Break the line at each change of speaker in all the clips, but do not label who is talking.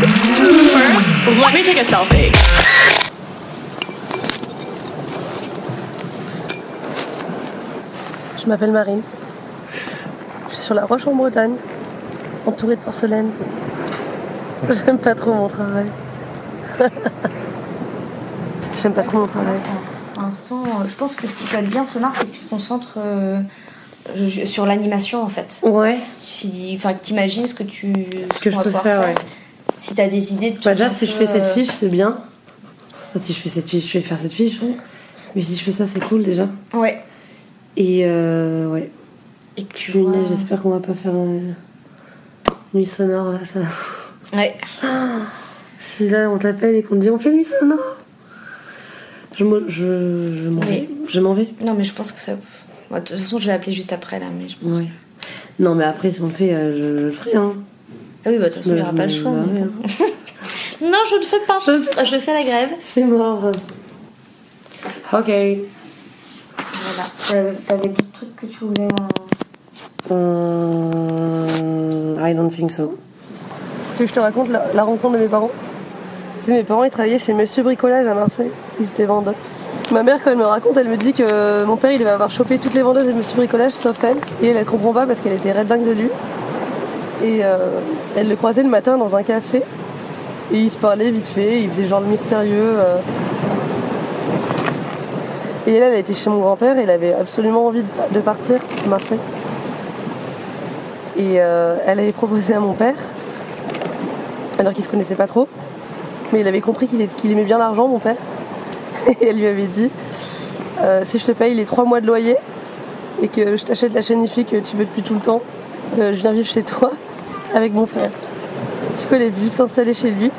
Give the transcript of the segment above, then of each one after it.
First, let me take a selfie.
Je m'appelle Marine. Je suis sur la Roche en Bretagne, entourée de porcelaine. J'aime pas trop mon travail. J'aime pas trop mon travail.
Pour l'instant, euh, je pense que ce qui peut être bien, Sonar, c'est que tu te concentres euh, ju- sur l'animation en fait.
Ouais.
Si, enfin, que t'imagines ce que tu.
Ce que je
pourras
peux
pouvoir
faire, ouais.
Si t'as des idées. tu
Bah, déjà,
peux,
si je fais cette
euh,
fiche, c'est bien. Enfin, si je fais cette fiche, je vais faire cette fiche. Mais si je fais ça, c'est cool déjà.
Ouais.
Et euh, ouais.
Et que tu
Puis,
vois-
J'espère qu'on va pas faire euh, nuit sonore là. Ça.
Ouais.
Si là on t'appelle et qu'on te dit on fait nuit sonore, je m'en je, je m'en vais.
Oui.
Je m'en vais.
Non, mais je pense que ça. Bon, de toute façon, je vais appeler juste après là, mais je pense.
Ouais. Non, mais après, si on le fait, euh, je, je le ferai. Hein.
Ah oui, bah, de toute façon, il n'y
Bah,
aura
je hein. me-
pas le choix.
bah,
mais
ouais,
bon. non, je ne fais pas. Je, fais la grève.
C'est mort. Ok.
Voilà.
T'avais Euh, t'avais d'autres trucs que tu voulais. euh,
Euh, I don't think so.
Tu veux que je te raconte la, la rencontre de mes parents Tu sais, mes parents, ils travaillaient chez Monsieur Bricolage à Marseille. Ils étaient vendeurs. Ma mère, quand elle me raconte, elle me dit que mon père, il devait avoir chopé toutes les vendeuses de Monsieur Bricolage, sauf elle. Et elle, elle comprend pas parce qu'elle était red dingue de lui. Et euh, elle le croisait le matin dans un café. Et ils se parlaient vite fait, ils faisaient genre le mystérieux. euh. Et elle, elle était chez mon grand-père, et elle avait absolument envie de- de partir à Marseille. Et euh, elle avait proposé à mon père alors qu'il se connaissait pas trop. Mais il avait compris qu'il est- qu'il aimait bien l'argent, mon père. Et elle lui avait dit euh, si je te paye les trois mois de loyer et que je t'achète la chaîne IFI que tu veux depuis tout le temps, euh, je viens vivre chez toi avec mon frère. Du coup, elle est venue s'installer chez lui.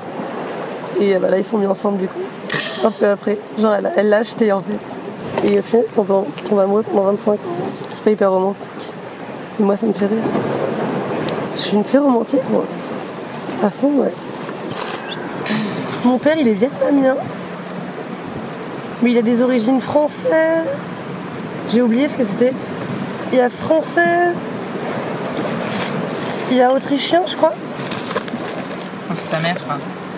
Et euh, bah, là, ils sont mis ensemble, du coup. Un peu après. Genre, elle elle l'a acheté, en fait. Et au final, on tombe tombe amoureux pendant 25 ans. C'est pas hyper romantique. Mais moi, ça me fait rire. Je suis une fille romantique, moi. À fond, ouais. Mon père, il est vietnamien. Mais il a des origines françaises. J'ai oublié ce que c'était. Il y a française. Il y a autrichien, je crois.
C'est ta mère, hein.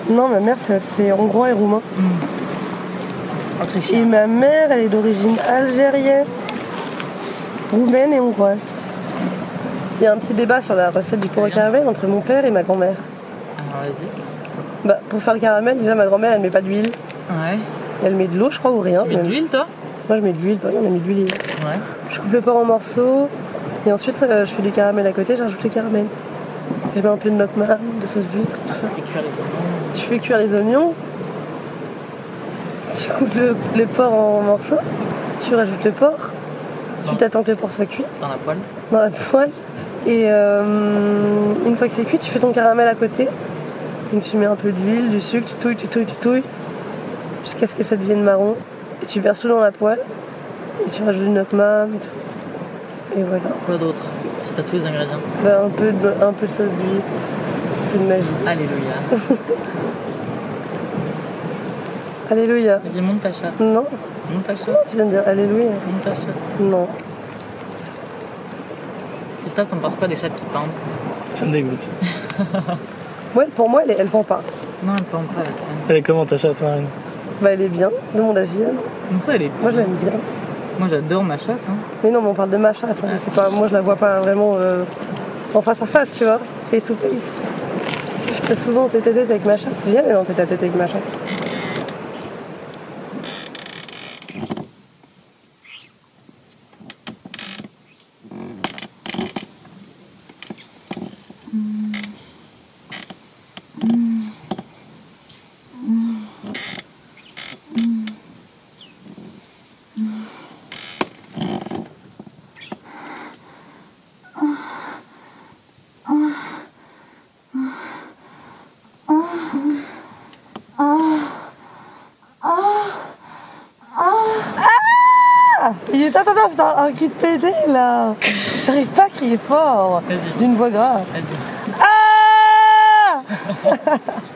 Non, ma mère, c'est- c'est hongrois et roumain. Et
Mm. autrichien.
ma mère, elle est d'origine algérienne, roumaine et hongroise. Il y a un petit débat sur la recette du pain au caramel entre mon père et ma grand-mère.
Alors vas-y.
Bah, pour faire le caramel, déjà, ma grand-mère, elle met pas d'huile.
Ouais.
Elle met de l'eau, je crois, ou rien.
Tu mets de
même.
l'huile, toi
Moi, je mets de l'huile, bah, on a mis de l'huile hier.
Ouais.
Je coupe le porc en morceaux et ensuite euh, je fais du caramel à côté, j'ajoute le caramel. Je mets un peu de noix de marne, de sauce d'huître, tout ça.
Et cuire les bonbons.
Je fais cuire les oignons. Tu coupes le, le porc en morceaux, tu rajoutes le porc.
Bon.
Ensuite, t'attends que le porc soit cuit
dans la poêle.
dans la poêle. Et euh, une fois que c'est cuit, tu fais ton caramel à côté. Donc tu mets un peu d'huile, du sucre, tu touilles, tu touilles, tu touilles. Jusqu'à ce que ça devienne marron. Et tu verses tout dans la poêle. Et tu rajoutes une autre et tout. Et voilà.
Quoi d'autre Si t'as tous les ingrédients.
Ben, un, peu de, un peu de sauce d'huile. Un peu de magie.
Alléluia.
Alléluia.
Vas-y, monte ta chatte.
Non
Monte ta chatte.
Tu viens de dire Alléluia
Monte ta chatte.
Non.
Christophe, t'en penses quoi des chattes qui pendent
Ça me dégoûte.
Ouais, pour moi, elle, est- elle pend pas.
Non, elle pend pas avec ça.
Elle est comment ta chatte, Marine
Bah, elle est bien. Demande à Gilles.
Non, ça, elle est.
Moi, je l'aime bien.
Moi, j'adore ma chatte. Hein.
Mais non, mais on parle de ma chatte. hein. C'est pas, moi, je la vois pas vraiment euh, en face à face, tu vois. Face to face. Je passe souvent en tête à tête avec ma chatte. Tu viens, mais en tête à tête avec ma chatte. Il est attends, attends, c'est un, un cri de pédé là. J'arrive pas à crier fort.
Vas-y.
D'une voix grave.
Vas-y.
Ah